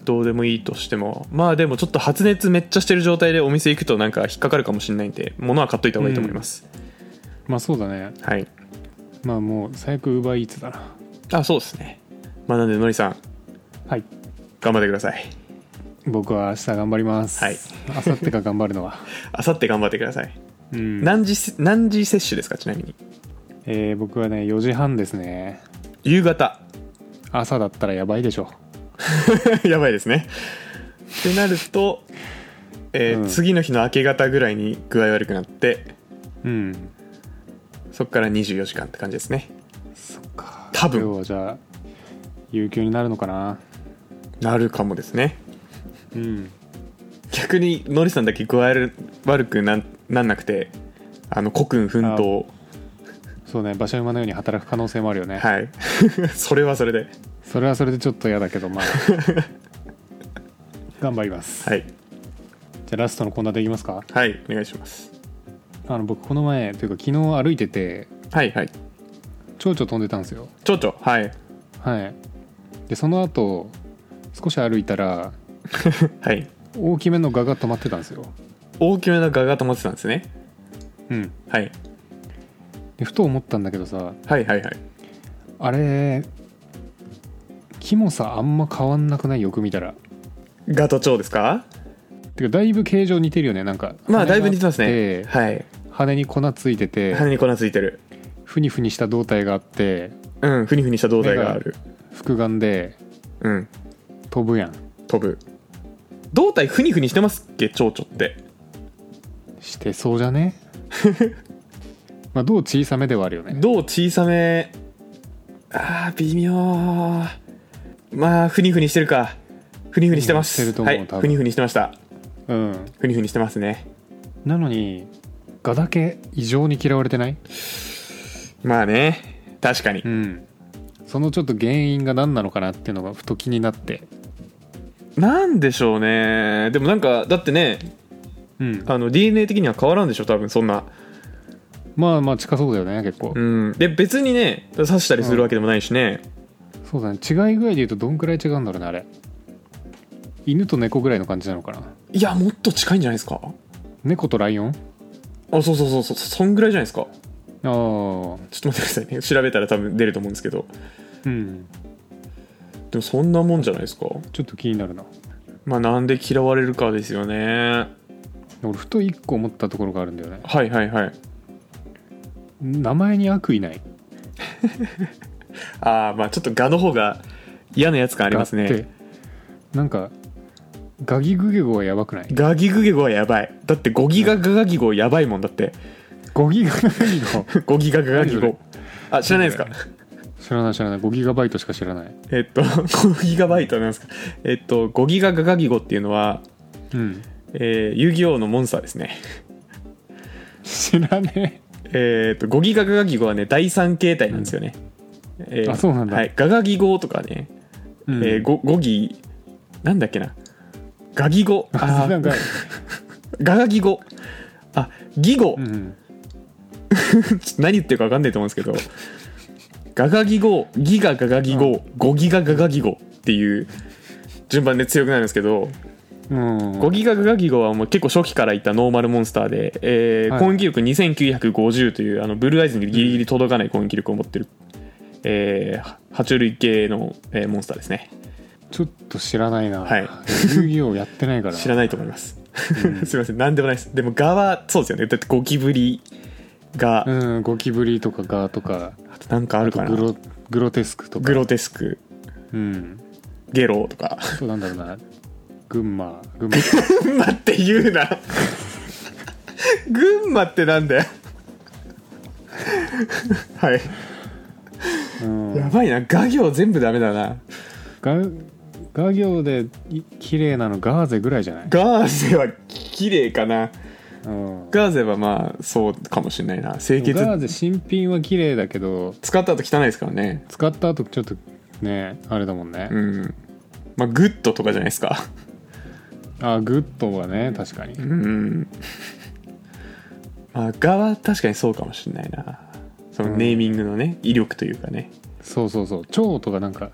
Speaker 1: どうでもいいとしても、まあでもちょっと発熱めっちゃしてる状態でお店行くとなんか引っかかるかもしれないんで物は買っといた方がいいと思います、
Speaker 2: まあそうだね
Speaker 1: はい
Speaker 2: まあもう最悪 UberEats だな
Speaker 1: あそうですねまあなんでのりさん
Speaker 2: はい
Speaker 1: 頑張ってください
Speaker 2: 僕は明日頑張ります
Speaker 1: はい
Speaker 2: 明後日か頑張るの は
Speaker 1: あさって頑張ってください
Speaker 2: うん
Speaker 1: 何時せ何時接種ですかちなみに
Speaker 2: えー僕はね4時半ですね
Speaker 1: 夕方
Speaker 2: 朝だったらやばいでしょ
Speaker 1: やばいですねってなると、えー
Speaker 2: うん
Speaker 1: 次の日の明け方ぐらいに具合悪くなって
Speaker 2: うん
Speaker 1: そっから24時間って感じですね
Speaker 2: そっか
Speaker 1: 多分
Speaker 2: 今日はじゃあ有給になるのかな
Speaker 1: なるかもですね
Speaker 2: うん
Speaker 1: 逆にのりさんだけ具合悪くなんなんなくてあのコくん奮闘
Speaker 2: そうね馬車馬のように働く可能性もあるよね、
Speaker 1: はい それはそれで
Speaker 2: それはそれでちょっと嫌だけど まあ頑張ります、
Speaker 1: はい
Speaker 2: じゃあラストのコーナーでいきますか
Speaker 1: はいお願いします
Speaker 2: あの僕この前というか昨日歩いてて
Speaker 1: はいはい
Speaker 2: 蝶々飛んでたんですよ
Speaker 1: ちょちょはい
Speaker 2: はいでその後少し歩いたら
Speaker 1: はい
Speaker 2: 大きめの蛾が止まってたんですよ
Speaker 1: 大きめのガが止まってたんですね
Speaker 2: うん
Speaker 1: はい
Speaker 2: でふと思ったんだけどさ
Speaker 1: はいはいはい
Speaker 2: あれ木もさあんま変わんなくないよく見たら
Speaker 1: ガと蝶ですか
Speaker 2: てかだいぶ形状似てるよねなんか
Speaker 1: まあだいぶ似
Speaker 2: 羽
Speaker 1: て
Speaker 2: があ
Speaker 1: ま
Speaker 2: っ
Speaker 1: すねはい
Speaker 2: 羽に粉ついてて
Speaker 1: 羽に粉ついてる
Speaker 2: ふにふにした胴体があって
Speaker 1: うんふにふにした胴体がある
Speaker 2: 複眼で
Speaker 1: うん
Speaker 2: 飛ぶやん
Speaker 1: 飛ぶ胴体ふにふにしてますっけ蝶々って
Speaker 2: してそうじゃ ねまあどう小さめではあるよね
Speaker 1: どう小さめあー微妙まあふにふにしてるかふにふにしてます
Speaker 2: うんしてると思う多
Speaker 1: はい、ふ
Speaker 2: 分
Speaker 1: にふにしてました
Speaker 2: うん
Speaker 1: ふにふにしてますね
Speaker 2: なのに蛾だけ異常に嫌われてない
Speaker 1: まあね確かに、
Speaker 2: うんそのちょっと原因が何なのかなっていうのがふと気になって
Speaker 1: なんでしょうねでもなんかだってね
Speaker 2: うん
Speaker 1: あの DNA 的には変わらんでしょ多分そんな
Speaker 2: まあまあ近そうだよね結構
Speaker 1: うんで別にね刺したりするわけでもないしね、
Speaker 2: そうだね違い具合で言うとどんくらい違うんだろうねあれ犬と猫ぐらいの感じなのかない
Speaker 1: やもっと近いんじゃないですか
Speaker 2: 猫とライオン
Speaker 1: あそうそうそうそうそんぐらいじゃないですか
Speaker 2: あ
Speaker 1: ち
Speaker 2: あ
Speaker 1: ょっと待ってくださいね調べたら多分出ると思うんですけど
Speaker 2: うん
Speaker 1: でもそんなもんじゃないですか
Speaker 2: ちょっと気になるな
Speaker 1: まあなんで嫌われるかですよね
Speaker 2: 俺ふと一個思ったところがあるんだよね
Speaker 1: はいはいはい
Speaker 2: 名前に悪意ない
Speaker 1: ああまあちょっとガの方が嫌なやつ感あ
Speaker 2: あ
Speaker 1: りますね
Speaker 2: なんかガギグゲゴはやばくない
Speaker 1: ガギグゲゴはやばいだってゴギガガガギゴやばいもんだって
Speaker 2: 5ギガガギゴ
Speaker 1: ゴギガガガギ
Speaker 2: 何
Speaker 1: ゴあ知らないですか
Speaker 2: 知らない知らない5ギガバイトしか知らない
Speaker 1: えっと5ギガバイトなんですかえっとゴギガガガギゴっていうのは、
Speaker 2: うん
Speaker 1: えー遊戯王のモンスターですね
Speaker 2: 知らね
Speaker 1: えっとゴギガガガギゴはね第三形態なんですよね、え
Speaker 2: あそうなんだ
Speaker 1: はい、ガガギゴとかね、
Speaker 2: え、うん
Speaker 1: えー、ゴゴギなんだっけなガギゴあー
Speaker 2: なんか、
Speaker 1: ガガギ語あギ語、
Speaker 2: うん、
Speaker 1: 何言ってるか分かんないと思うんですけどガガギ語ギガガガギ語、ゴギガガガギ語っていう順番で強くなるんですけど、
Speaker 2: うん、
Speaker 1: ゴギガガガギ語はもう結構初期からいたノーマルモンスターで、えー
Speaker 2: はい
Speaker 1: 攻撃力2950というあのブルーアイズにギリギリ届かない攻撃力を持ってる、えー、爬虫類系の、えーモンスターですね
Speaker 2: ちょっと知らないな、
Speaker 1: はい
Speaker 2: 遊戯王やってないから
Speaker 1: 知らないと思います、
Speaker 2: う ん
Speaker 1: すいません何でもないですでもガはそうですよねだってゴキブリが、
Speaker 2: うんゴキブリとかガとか
Speaker 1: あとなんかあ
Speaker 2: あ
Speaker 1: る
Speaker 2: と
Speaker 1: かな
Speaker 2: グログロテスクとか
Speaker 1: グロテスク
Speaker 2: うん
Speaker 1: ゲロとか
Speaker 2: そうなんだろうな群馬群馬
Speaker 1: 群馬って言うな群馬ってなんだよはい
Speaker 2: うん
Speaker 1: やばいな画行全部ダメだな
Speaker 2: が画行でい綺麗なのガーゼぐらいじゃない、
Speaker 1: ガーゼは綺麗かな
Speaker 2: うん、
Speaker 1: ガーゼはまあそうかもしれないな清
Speaker 2: でもガー
Speaker 1: 潔
Speaker 2: ゼ新品は綺麗だけど
Speaker 1: 使った後汚いですからね
Speaker 2: 使った後ちょっとねあれだもんね、
Speaker 1: うんまあグッドとかじゃないですか
Speaker 2: あグッドはね確かに
Speaker 1: うんまあ画は確かにそうかもしれないなそのネーミングのね威力というかね
Speaker 2: そうそうそう蝶とかなんか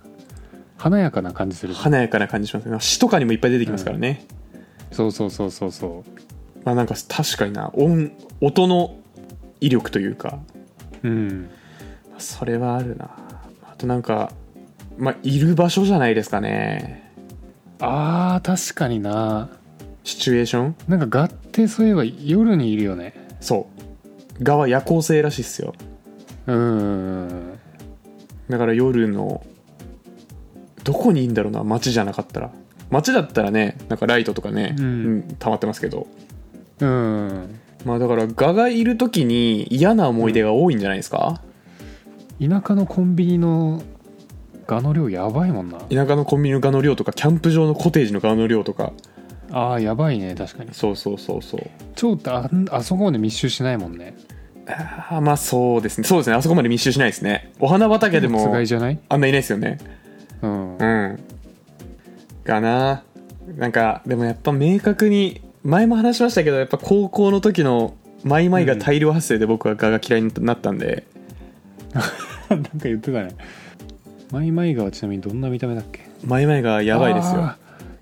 Speaker 2: 華やかな感じする
Speaker 1: 華やかな感じしますね詩とかにもいっぱい出てきますからね、
Speaker 2: そうそうそうそうそ
Speaker 1: まあなんか確かにな音音の威力というか
Speaker 2: ううん
Speaker 1: それはあるなあとなんかまあいる場所じゃないですかね
Speaker 2: あー確かにな
Speaker 1: シチュエーション
Speaker 2: なんかガってそういえば夜にいるよね
Speaker 1: そう蛾は夜行性らしいっすよ
Speaker 2: うーん
Speaker 1: だから夜のどこにいんだろうな街じゃなかったら街だったらねなんかライトとかね、
Speaker 2: うん
Speaker 1: うん溜まってますけど
Speaker 2: うーん
Speaker 1: まあだから蛾がいる時に嫌な思い出が多いんじゃないですか、
Speaker 2: 田舎のコンビニのガの量やばいもんな
Speaker 1: 田舎のコンビニの蛾の量とかキャンプ場のコテージの蛾の量とか
Speaker 2: あーやばいね確かに
Speaker 1: そうそうそうそう
Speaker 2: 蝶ってあんあそこまで密集しないもんね
Speaker 1: あーまあそうですねそうですねあそこまで密集しないですねお花畑で
Speaker 2: つ
Speaker 1: も
Speaker 2: がいじゃない
Speaker 1: あんないないですよね
Speaker 2: うん
Speaker 1: うんかななんかでもやっぱ明確に前も話しましたけどやっぱ高校の時のマイマイが大量発生で僕は蛾が嫌いになったんで、
Speaker 2: なんか言ってたねマイマイガはちなみにどんな見た目だっけ
Speaker 1: マイマイがやばいですよ
Speaker 2: あ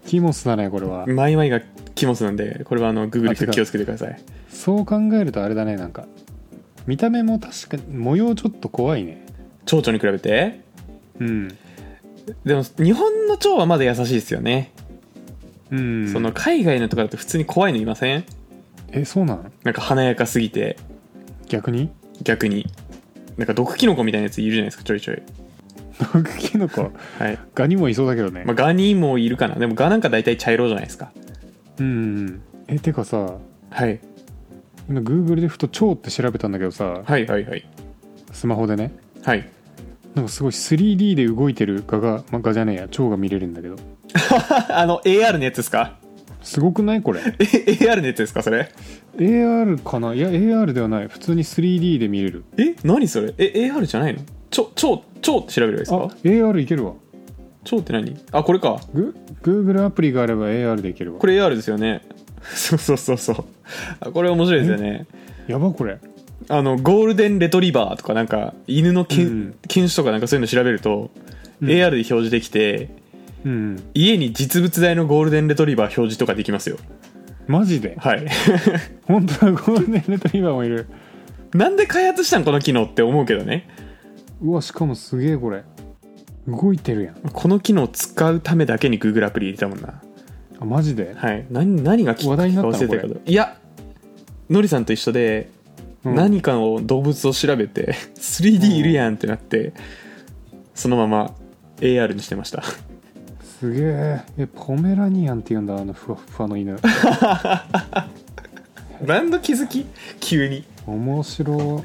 Speaker 2: ーキモスだねこれは
Speaker 1: マイマイがキモスなんでこれはあのググる人
Speaker 2: あてか
Speaker 1: 気をつけてください
Speaker 2: そう考えるとあれだねなんか見た目も確かに模様ちょっと怖いね
Speaker 1: 蝶々に比べて
Speaker 2: うん
Speaker 1: でも日本の蝶はまだ優しいですよね、
Speaker 2: うん
Speaker 1: その海外のとかだと普通に怖いのいません
Speaker 2: えそうなの
Speaker 1: なんか華やかすぎて
Speaker 2: 逆に
Speaker 1: 逆になんか毒キノコみたいなやついるじゃないですかちょいちょい
Speaker 2: 毒キノコ
Speaker 1: はい
Speaker 2: ガにもいそうだけどね、
Speaker 1: まあ、ガニもいるかなでもガなんか大体茶色じゃないですか
Speaker 2: うんえてかさ
Speaker 1: はい
Speaker 2: 今 Google でふと蝶って調べたんだけどさ
Speaker 1: はいはいはい
Speaker 2: スマホでね
Speaker 1: はい
Speaker 2: なんかすごい 3D で動いてるガが、まあ、ガじゃねえや蝶が見れるんだけど
Speaker 1: あの AR のやつですか
Speaker 2: すごくないこれ
Speaker 1: え AR のやつですかそれ
Speaker 2: AR かないや AR ではない普通に 3D で見れる
Speaker 1: え何それえ AR じゃないのちょちょちょって調べればいいです
Speaker 2: あ
Speaker 1: か
Speaker 2: AR いけるわ
Speaker 1: ちょって何あこれか
Speaker 2: グ Google アプリがあれば AR でいけるわ
Speaker 1: これ AR ですよね そうそうそうそうあこれ面白いですよね
Speaker 2: やばこれ
Speaker 1: あのゴールデンレトリバーとかなんか犬のけ、
Speaker 2: うん
Speaker 1: 犬種とかなんかそういうの調べると、AR で表示できて
Speaker 2: うん
Speaker 1: 家に実物大のゴールデンレトリバー表示とかできますよ
Speaker 2: マジで
Speaker 1: はい
Speaker 2: 本当だゴールデンレトリバーもいる
Speaker 1: なんで開発したんこの機能って思うけどね
Speaker 2: うわしかもすげえこれ動いてるやん
Speaker 1: この機能を使うためだけに Google アプリ入れたもんな
Speaker 2: あマジで
Speaker 1: はい何何がきっか
Speaker 2: 話題
Speaker 1: け
Speaker 2: に
Speaker 1: か
Speaker 2: なったの
Speaker 1: 忘れたけどいやのりさんと一緒で、
Speaker 2: うん
Speaker 1: 何かの動物を調べて 3D いるやんってなって、そのまま AR にしてました
Speaker 2: すげええポメラニアンって言うんだあのふわふわの犬
Speaker 1: ランド気づき急に
Speaker 2: 面白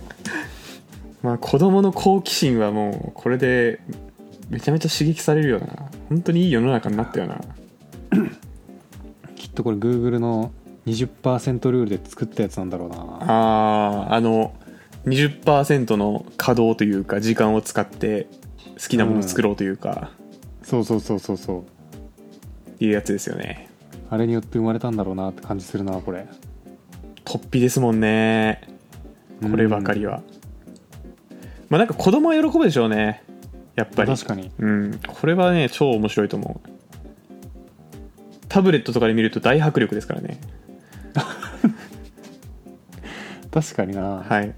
Speaker 1: まあ子供の好奇心はもうこれでめちゃめちゃ刺激されるよな本当にいい世の中になったよな
Speaker 2: きっとこれ Google の20%ルールで作ったやつなんだろうな
Speaker 1: あーあの20%の稼働というか時間を使って好きなものを作ろうというか、
Speaker 2: そうそうそうそうそう
Speaker 1: いうやつですよね
Speaker 2: あれによって生まれたんだろうなって感じするなこれ
Speaker 1: 突飛ですもんねこればかりは、まあなんか子供は喜ぶでしょうねやっぱり
Speaker 2: 確かに
Speaker 1: うんこれはね超面白いと思うタブレットとかで見ると大迫力ですからね
Speaker 2: 確かにな、
Speaker 1: はい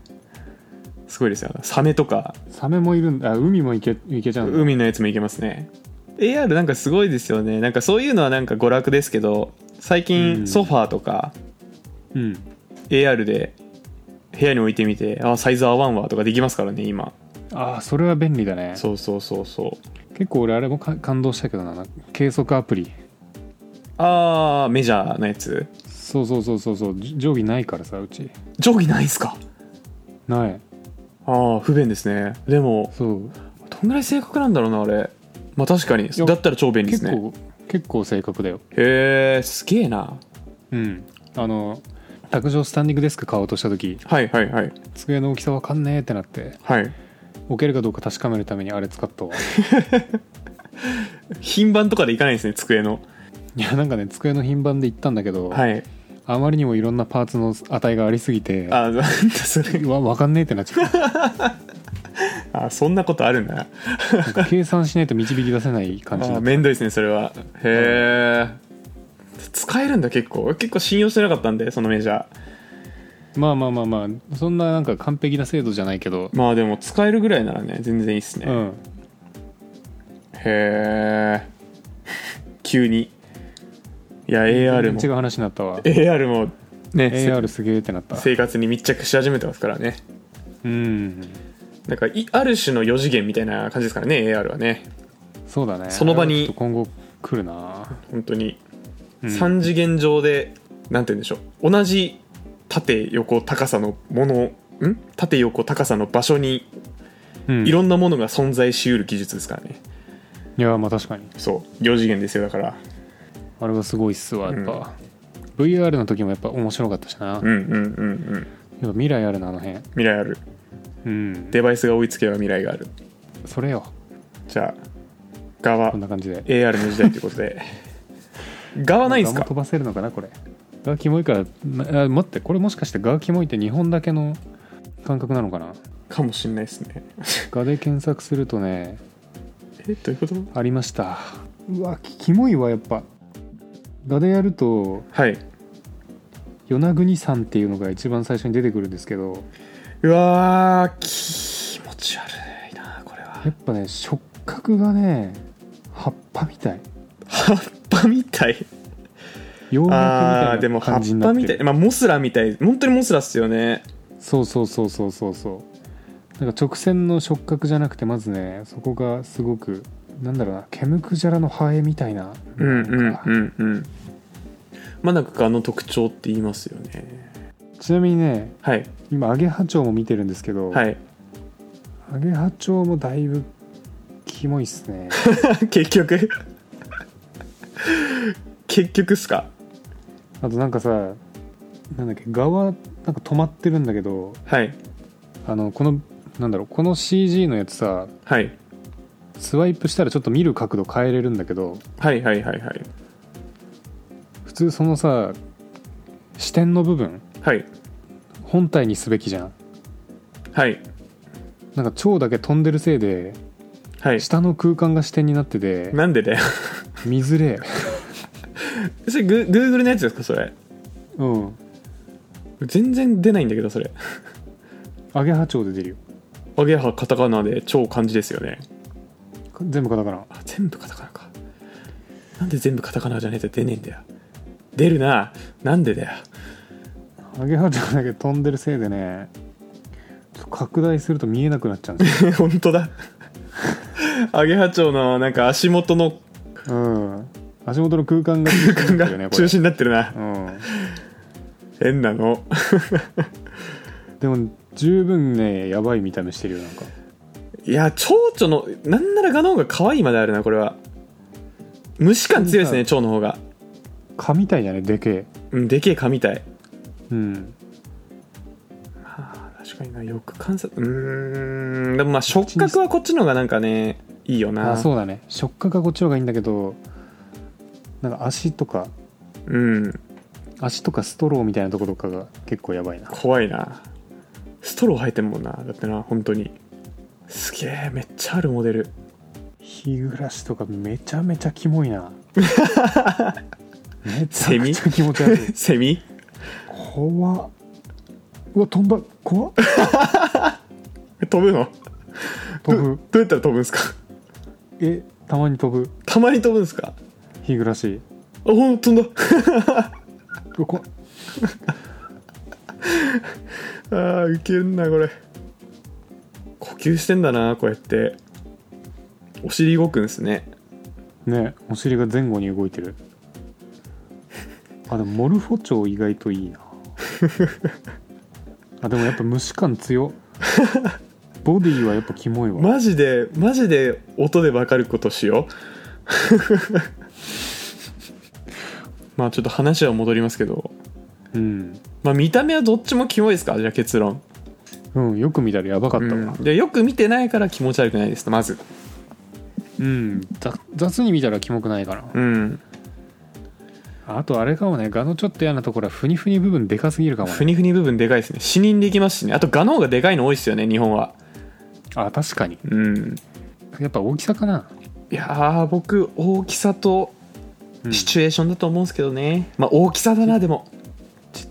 Speaker 1: すごいですよサメとか
Speaker 2: サメもいるんだあ海も行け行けちゃうんだ
Speaker 1: 海のやつもいけますね AR なんかすごいですよねなんかそういうのはなんか娯楽ですけど最
Speaker 2: う
Speaker 1: 近
Speaker 2: ん
Speaker 1: ソファーとか
Speaker 2: うん
Speaker 1: AR で部屋に置いてみてあサイズ合わんわとかできますからね今
Speaker 2: ああそれは便利だね
Speaker 1: そうそうそうそう
Speaker 2: 結構俺あれもか感動したけどななんか計測アプリ
Speaker 1: あーメジャーなやつ
Speaker 2: そうそうそうそうそうじ定規ないからさうち
Speaker 1: 定規ないんすか
Speaker 2: ない
Speaker 1: ああ不便ですねでも
Speaker 2: そう
Speaker 1: どんぐらい正確なんだろうなあれまあ確かに
Speaker 2: いや
Speaker 1: だったら超便利です
Speaker 2: 結
Speaker 1: ね
Speaker 2: 構結構正確だよ
Speaker 1: へえすげえな
Speaker 2: うんあの卓上スタンディングデスク買おうとした時
Speaker 1: はいはいはい
Speaker 2: 机の大きさわかんねえってなって
Speaker 1: はい
Speaker 2: 置けるかどうか確かめるためにあれ使っ たわ
Speaker 1: 品番とかでいかないんですね机の
Speaker 2: いやなんかね机の品番で行ったんだけど、
Speaker 1: はい
Speaker 2: あまりにもいろんなパーツの値がありすぎて
Speaker 1: あーそれ
Speaker 2: わわかんねえってなっちゃった
Speaker 1: あーそんなことあるんだな
Speaker 2: なんか計算しないと導き出せない
Speaker 1: あ
Speaker 2: 感じにな
Speaker 1: ー
Speaker 2: っ
Speaker 1: めんどいですねそれはへえ使えるんだ結構結構信用してなかったんでそのメジャー
Speaker 2: たまあまあまあまあそんななんか完璧な制度じゃないけど、
Speaker 1: まあでも使えるぐらいならね全然いいっすね、
Speaker 2: うん
Speaker 1: へえ 急にいや AR も
Speaker 2: 全然違う話になったわ
Speaker 1: AR もねせ
Speaker 2: AR すげえってなった
Speaker 1: 生活に密着し始めてますからね
Speaker 2: うん
Speaker 1: なんかいある種の4次元みたいな感じですからね AR はね
Speaker 2: そうだね
Speaker 1: その場に
Speaker 2: ちょっと今後来るな、
Speaker 1: 本当に
Speaker 2: うん
Speaker 1: 3次元上で、なんて言うんでしょう同じ縦横高さのものん縦横高さの場所に
Speaker 2: うん
Speaker 1: いろんなものが存在しうる技術ですからね、
Speaker 2: いやまあ確かに
Speaker 1: そう4次元ですよだから
Speaker 2: あれはすごいっすわやっぱ、VR の時もやっぱ面白かったしな、
Speaker 1: うんうんうんうん
Speaker 2: やっぱ未来あるなあの辺
Speaker 1: 未来ある
Speaker 2: うん
Speaker 1: デバイスが追いつけば未来がある
Speaker 2: それよ
Speaker 1: じゃあ側
Speaker 2: こんな感じで
Speaker 1: AR の時代ということ で側ないんすか
Speaker 2: ガム飛ばせるのかなこれガキモイからなあ待ってこれもしかしてガキモイって日本だけの感覚なのかな
Speaker 1: かもしんないですね
Speaker 2: ガで検索するとね
Speaker 1: えどういうこと
Speaker 2: ありましたうわキモいわやっぱガでやると
Speaker 1: はい
Speaker 2: 与那国さんっていうのが一番最初に出てくるんですけど
Speaker 1: うわー気持ち悪いなこれは
Speaker 2: やっぱね触覚がね葉っぱみたい
Speaker 1: 葉っぱみたい
Speaker 2: 葉脈み
Speaker 1: あー
Speaker 2: た
Speaker 1: で
Speaker 2: い
Speaker 1: も
Speaker 2: な
Speaker 1: 葉
Speaker 2: 感
Speaker 1: っ
Speaker 2: じにな
Speaker 1: ぱ
Speaker 2: って
Speaker 1: みた
Speaker 2: る
Speaker 1: いまあモスラみたい本当にモスラっすよね
Speaker 2: そうそうそうそうそうそうなんか直線の触覚じゃなくてまずねそこがすごくなんだろうなケムクジャラのハエみたいな
Speaker 1: うんうんう
Speaker 2: な
Speaker 1: ん
Speaker 2: か
Speaker 1: んうんまあなんかあの特徴って言いますよね
Speaker 2: ちなみにね
Speaker 1: はい
Speaker 2: 今アゲハチョウも見てるんですけど、
Speaker 1: はい
Speaker 2: アゲハチョウもだいぶキモいっす ね
Speaker 1: 結局結局っすか
Speaker 2: あとなんかさなんだっけ蛾はなんか止まってるんだけど
Speaker 1: はい
Speaker 2: あのこのなんだろうこの CG のやつさ
Speaker 1: はい
Speaker 2: スワイプしたらちょっと見る角度変えれるんだけど
Speaker 1: はいはいはいはい
Speaker 2: 普通そのさ視点の部分
Speaker 1: はい
Speaker 2: 本体にすべきじゃん
Speaker 1: はい
Speaker 2: なんか蝶だけ飛んでるせいで
Speaker 1: はい
Speaker 2: 下の空間が視点になってて
Speaker 1: なんでだよ
Speaker 2: 見づれ
Speaker 1: それグーグーグルのやつですかそれ
Speaker 2: えうん
Speaker 1: 全然出ないんだけどそれ
Speaker 2: アゲハチョウで出るよ
Speaker 1: アゲハカタカナで超漢字ですよね
Speaker 2: 全部カタカナ
Speaker 1: あ全部カタカナかなんで全部カタカナじゃねえと出ねえんだよ出るななんでだよ
Speaker 2: アゲハチョウだけ飛んでるせいでねちょっと拡大すると見えなくなっちゃうんですよ
Speaker 1: 本当だアゲハチョウのなんか足元の
Speaker 2: うん足元の空間が
Speaker 1: 空間
Speaker 2: 中心になってるよね
Speaker 1: が
Speaker 2: こ
Speaker 1: 中心になってるな
Speaker 2: れう
Speaker 1: 変なの
Speaker 2: んでも十分ねやばい見た目してるよなんか
Speaker 1: いや蝶々のなんならガの方が可愛いまであるなこれは虫感強いですね蝶の方が
Speaker 2: 蚊みたいだねでけえ
Speaker 1: うんでけえ蚊みたい
Speaker 2: うん
Speaker 1: あー確かになよく観察うーんでもまあ触覚はこっちの方がなんかねいいよな
Speaker 2: あそうだね触覚がこっちの方がいいんだけどなんか足とか
Speaker 1: うん
Speaker 2: 足とかストローみたいなとことかが結構やばいな
Speaker 1: 怖いなストロー生えてんもんなだってな本当にすげえめっちゃあるモデル
Speaker 2: 日暮らしとかめちゃめちゃキモい なめち
Speaker 1: セ
Speaker 2: ゃ
Speaker 1: ミ
Speaker 2: くちゃ気持ち悪い
Speaker 1: セミ
Speaker 2: 怖っうわ飛んだ怖っ
Speaker 1: 飛ぶの
Speaker 2: 飛
Speaker 1: ど
Speaker 2: ぶ
Speaker 1: どうやったら飛ぶんすか
Speaker 2: えたまに飛ぶ
Speaker 1: たまに飛ぶんすか
Speaker 2: 日暮らし
Speaker 1: あほん飛んだ
Speaker 2: うわ怖っ
Speaker 1: あーウケるなこれ呼吸してんだなこうやってお尻動くんですね
Speaker 2: ねお尻が前後に動いてるあでもモルフォチョウ意外といいなあでもやっぱ虫感強ボディはやっぱキモいわ、
Speaker 1: マジでマジで音で分かることしよう まあちょっと話は戻りますけど
Speaker 2: うん、
Speaker 1: まあ見た目はどっちもキモいですかじゃあ結論
Speaker 2: うん、よく見たらやばかったわ
Speaker 1: うんでよく見てないから気持ち悪くないですまず
Speaker 2: うん、ざ雑に見たらキモくないかな、
Speaker 1: うん
Speaker 2: あとあれかもねガのちょっと嫌なところはフニフニ部分でかすぎるかも、
Speaker 1: ふ
Speaker 2: ね、
Speaker 1: にふに部分でかいですね死人できますしねあとガの方がでかいの多いですよね日本は
Speaker 2: あ確かに
Speaker 1: うん
Speaker 2: やっぱ大きさかな、
Speaker 1: いやー僕大きさと
Speaker 2: うん
Speaker 1: シ
Speaker 2: ち
Speaker 1: チュエーションだと思うんですけどね、まあ大きさだなでも、
Speaker 2: っ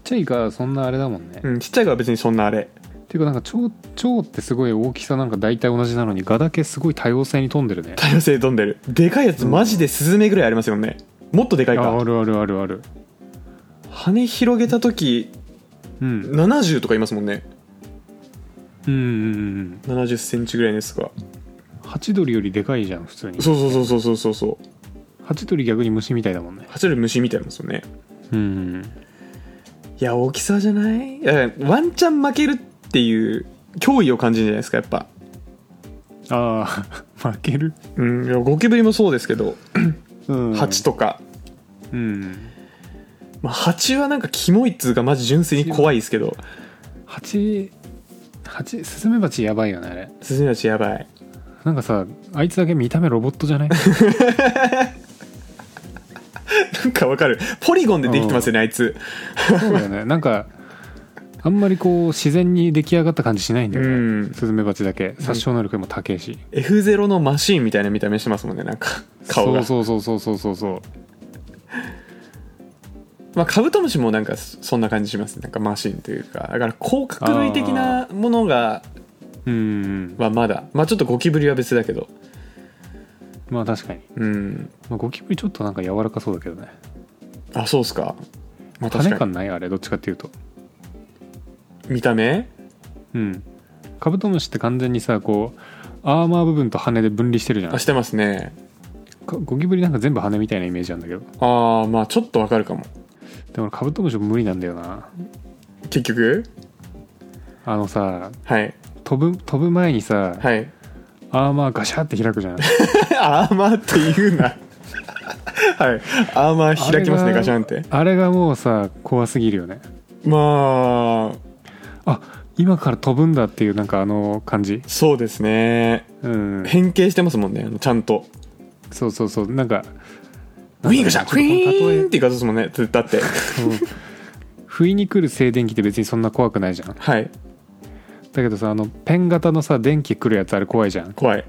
Speaker 2: ちゃいからそんなあれだもんね、
Speaker 1: うん、ちっちゃいから別にそんなあれ
Speaker 2: っていうかなんか蝶蝶ってすごい大きさなんか大体同じなのにガだけすごい多様性に富んでるね
Speaker 1: 多様性飛んでるでかいやつマジでスズメぐらいありますよねもっとでかい
Speaker 2: あ
Speaker 1: か
Speaker 2: あるあるあるある
Speaker 1: 羽広げた時
Speaker 2: うん
Speaker 1: 70とかいますもんね
Speaker 2: うんうんうん
Speaker 1: 7 0センチぐらいのやつが
Speaker 2: ハチドリよりでかいじゃん普通に
Speaker 1: そうそうそうそうそうそうそう
Speaker 2: ハチドリ逆に虫みたいだもんね
Speaker 1: 走る虫みたいなんですよね
Speaker 2: うん
Speaker 1: いや大きさじゃないいやワンチャン負けるっていう脅威を感じるんじゃないですかやっぱ
Speaker 2: ああ 負ける
Speaker 1: うんいやゴキブリもそうですけど
Speaker 2: うん
Speaker 1: 蜂とか、
Speaker 2: うん
Speaker 1: まあ、蜂はなんかキモいっつうかマジ純粋に怖いですけど
Speaker 2: 蜂蜂スズメバチやばいよねあれ
Speaker 1: スズメバチやばい
Speaker 2: なんかさあいつだけ見た目ロボットじゃ ない
Speaker 1: なんかわかるポリゴンでできてますよねあいつ
Speaker 2: そうだよねなんかあんまりこう自然に出来上がった感じしないんだ
Speaker 1: う
Speaker 2: よね、
Speaker 1: ん
Speaker 2: スズメバチだけ殺傷能力も高えし、
Speaker 1: F0 のマシーンみたいな見た目してますもんねなんか顔が
Speaker 2: そうそうそうそうそうそう
Speaker 1: まあ、カブトムシもなんかそそんな感じしますなんかマシーンというかだから甲殻類的なものが
Speaker 2: ううん
Speaker 1: はまだまあちょっとゴキブリは別だけど
Speaker 2: まあ確かに、
Speaker 1: うん
Speaker 2: まあ、ゴキブリちょっとなんか柔らかそうだけどね
Speaker 1: あそうっすかまあ確
Speaker 2: 種
Speaker 1: かに
Speaker 2: 感ないあれどっちかっていうと
Speaker 1: 見た目
Speaker 2: うんカブトムシって完全にさこうアーマー部分と羽で分離してるじゃん
Speaker 1: あしてますね
Speaker 2: かゴキブリなんか全部羽みたいなイメージなんだけど
Speaker 1: ああまあちょっとわかるかも
Speaker 2: でも俺カブトムシも無理なんだよな
Speaker 1: 結局
Speaker 2: あのさ
Speaker 1: はい
Speaker 2: 飛ぶ飛ぶ前にさ、
Speaker 1: はい
Speaker 2: アーマーガシャって開くじゃん
Speaker 1: アーマーって言うなはいアーマー開きますね
Speaker 2: あれが
Speaker 1: ガシャンって
Speaker 2: あれがもうさ怖すぎるよね
Speaker 1: まあ
Speaker 2: あ今から飛ぶんだっていうなんかあの感じ
Speaker 1: そうですね
Speaker 2: うん
Speaker 1: 変形してますもんねあのちゃんと
Speaker 2: そうそうそうなんか
Speaker 1: ウィンガシャンウ
Speaker 2: ちょっと
Speaker 1: ィ
Speaker 2: この例え
Speaker 1: ーンっていう形ですもんねだ って
Speaker 2: うん不意に来る静電気って別にそんな怖くないじゃんだ
Speaker 1: はい
Speaker 2: けどさあのペン型のさ電気来るやつあれ怖いじゃん
Speaker 1: 怖い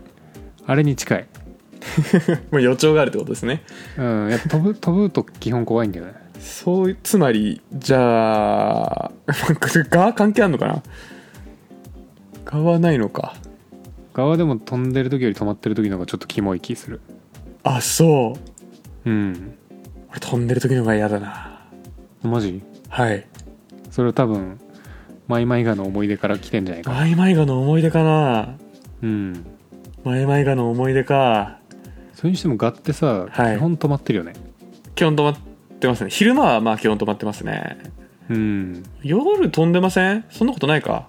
Speaker 2: あれに近い
Speaker 1: もう予兆があるってことですね
Speaker 2: うんやっぱ飛ぶ 飛ぶと基本怖いんだよね
Speaker 1: そういうつまりじゃあ これが関係あるのかながはないのか
Speaker 2: 側でも飛んでる時より止まってる時の方がちょっとキモい気する
Speaker 1: あそう
Speaker 2: うん
Speaker 1: 俺飛んでる時の方が嫌だな
Speaker 2: マジ
Speaker 1: はい
Speaker 2: それは多分マイマイガの思い出から来てんじゃないか
Speaker 1: マイマイガの思い出かな
Speaker 2: うん
Speaker 1: マイマイガの思い出か
Speaker 2: それにしてもガってさ、
Speaker 1: はい
Speaker 2: 基本止まってるよね
Speaker 1: 基本止まってますね昼間はまあ基本止まってますね
Speaker 2: うん
Speaker 1: 夜飛んでませんそんなことないか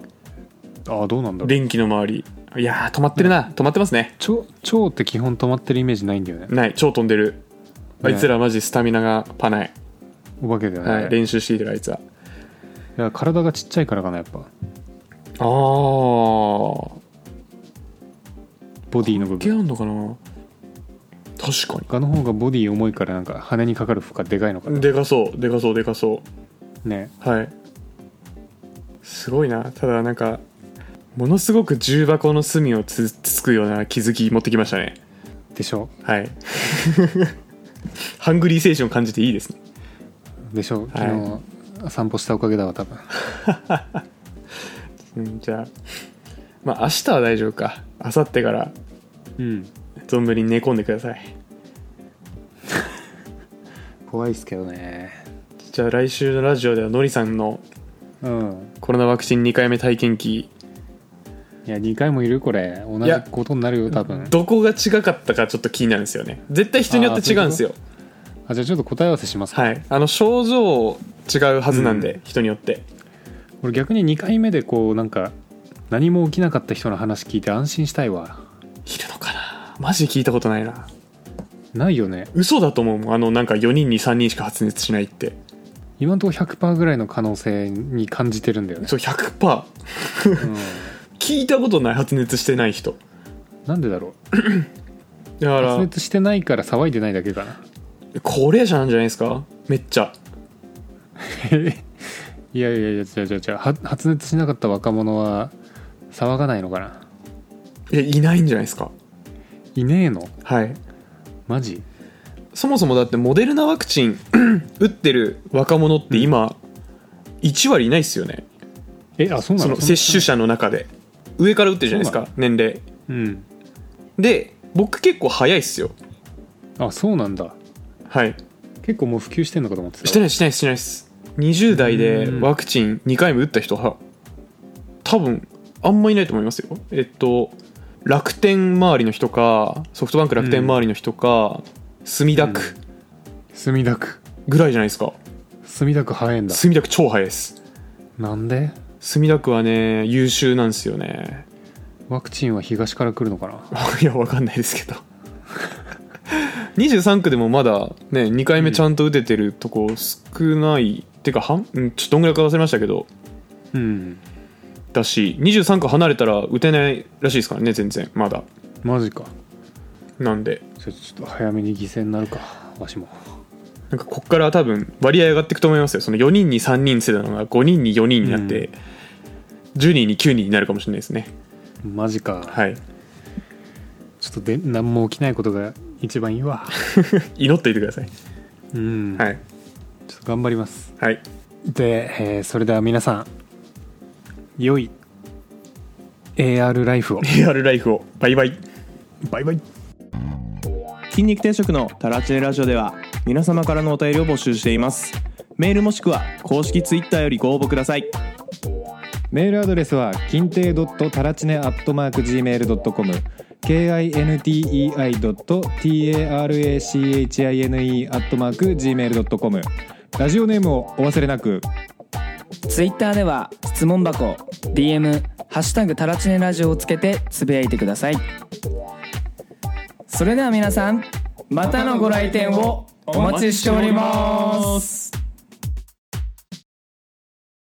Speaker 2: ああどうなんだろう
Speaker 1: 電気の周りいやー止まってるな止まってますね
Speaker 2: 蝶蝶って基本止まってるイメージないんだよね
Speaker 1: ない超飛んでるあいつ
Speaker 2: ね
Speaker 1: らマジスタミナがパない、
Speaker 2: お化けだよね、
Speaker 1: はい
Speaker 2: あれい
Speaker 1: 練習していてるあいつは
Speaker 2: や体がちっちゃいからかなやっぱ
Speaker 1: ああ
Speaker 2: ボディの部
Speaker 1: 関係
Speaker 2: 分
Speaker 1: あんのかな確か
Speaker 2: ガの方がボディ重いからなんか羽にかかる負荷でかいのかな
Speaker 1: にでかそうでかそうでかそ
Speaker 2: ね
Speaker 1: うはいすごいなただなんかものすごく重箱の隅をつつつくような気づき持ってきましたね
Speaker 2: でしょ
Speaker 1: はい ハングリー精神を感じていいですね
Speaker 2: でしょ昨日、
Speaker 1: は
Speaker 2: 散歩したおかげだわ多分
Speaker 1: うんじゃあまあ明日は大丈夫か明後日から
Speaker 2: うん
Speaker 1: 存分に寝込んでください
Speaker 2: 怖いっすけどね
Speaker 1: じゃあ来週のラジオではのりさんの
Speaker 2: うん
Speaker 1: コロナワクチン2回目体験記
Speaker 2: いや2回もいるこれ同じことになるよ多分
Speaker 1: どこが違かったかちょっと気になるんですよね絶対人によって違うんですよ
Speaker 2: あじゃあちょっと答え合わせしますか、
Speaker 1: はいあの症状違うはずなんで、
Speaker 2: う
Speaker 1: 人によって
Speaker 2: 俺逆に2回目でこうなんか何も起きなかった人の話聞いて安心したいわ
Speaker 1: いるのかなマジで聞いたことないな
Speaker 2: ないよね
Speaker 1: 嘘だと思うもんあのなんか4人に3人しか発熱しないって
Speaker 2: 今のところ100%ぐらいの可能性に感じてるんだよね、
Speaker 1: そう100%
Speaker 2: うん、
Speaker 1: 聞いたことない発熱してない人
Speaker 2: なんでだろ
Speaker 1: だか
Speaker 2: う
Speaker 1: ら
Speaker 2: 発熱してないから騒いでないだけかな
Speaker 1: 高齢者なんじゃないですかめっちゃ
Speaker 2: いやいやいやじゃあじゃあじゃあは発熱しなかった若者は騒がないのかない
Speaker 1: やいないんじゃないですか
Speaker 2: いねえの
Speaker 1: はい
Speaker 2: マジ
Speaker 1: そもそもだってモデルナワクチン 打ってる若者って今1割いないですよね
Speaker 2: えあそうな
Speaker 1: そ
Speaker 2: の
Speaker 1: の接種者の中で上から打ってるじゃないです
Speaker 2: そう
Speaker 1: か年齢
Speaker 2: うん
Speaker 1: で僕結構早いっすよ
Speaker 2: あそうなんだ
Speaker 1: はい
Speaker 2: 結構もう普及してんのかと思ってた
Speaker 1: してないですしてないですしてないです20代で
Speaker 2: うん
Speaker 1: ワクチン2回も打った人は多分あんまいないと思いますよえっと楽天周りの人かソフトバンク楽天周りの人か、墨田区
Speaker 2: 墨田区
Speaker 1: ぐらいじゃないですか
Speaker 2: 墨田区早いんだ
Speaker 1: 墨田区超早いです
Speaker 2: なんで
Speaker 1: 墨田区はね優秀なんですよね
Speaker 2: ワクチンは東から来るのかない
Speaker 1: やわかんないですけど 23区でもまだね2回目ちゃんと打ててるとこ少ない、てか半うんちょっとどんぐらいか忘れましたけど
Speaker 2: うん
Speaker 1: だし23区離れたら打てないらしいですからね全然まだ
Speaker 2: マジか
Speaker 1: なんで
Speaker 2: ちょちょっと早めに犠牲になるかわしも
Speaker 1: なんかこっから多分割合上がっていくと思いますよその4人に3人世代のが5人に4人になって、10人に9人になるかもしれないですね
Speaker 2: マジか、
Speaker 1: はい
Speaker 2: ちょっとで何も起きないことが一番い いわ
Speaker 1: 祈っていてください
Speaker 2: うん、
Speaker 1: はい
Speaker 2: ちょっと頑張ります
Speaker 1: はい
Speaker 2: で、えーそれでは皆さん良い AR ライフを
Speaker 1: AR ライフをバイバイ
Speaker 2: バイバイ
Speaker 3: 筋肉定食のタラチェラジオでは皆様からのお便りを募集していますメールもしくは公式ツイッターよりご応募ください
Speaker 4: メールアドレスは金亭ドットタラチネアットマーク gmail ドットコム k i n t e i ドット t a r a c h i n e アットマーク gmail ドットコムラジオネームをお忘れなく。
Speaker 5: ツイッターでは質問箱 DM「ハッシュタグタラチネラジオ」をつけてつぶやいてくださいそれでは皆さんまたのご来店をお待ちしております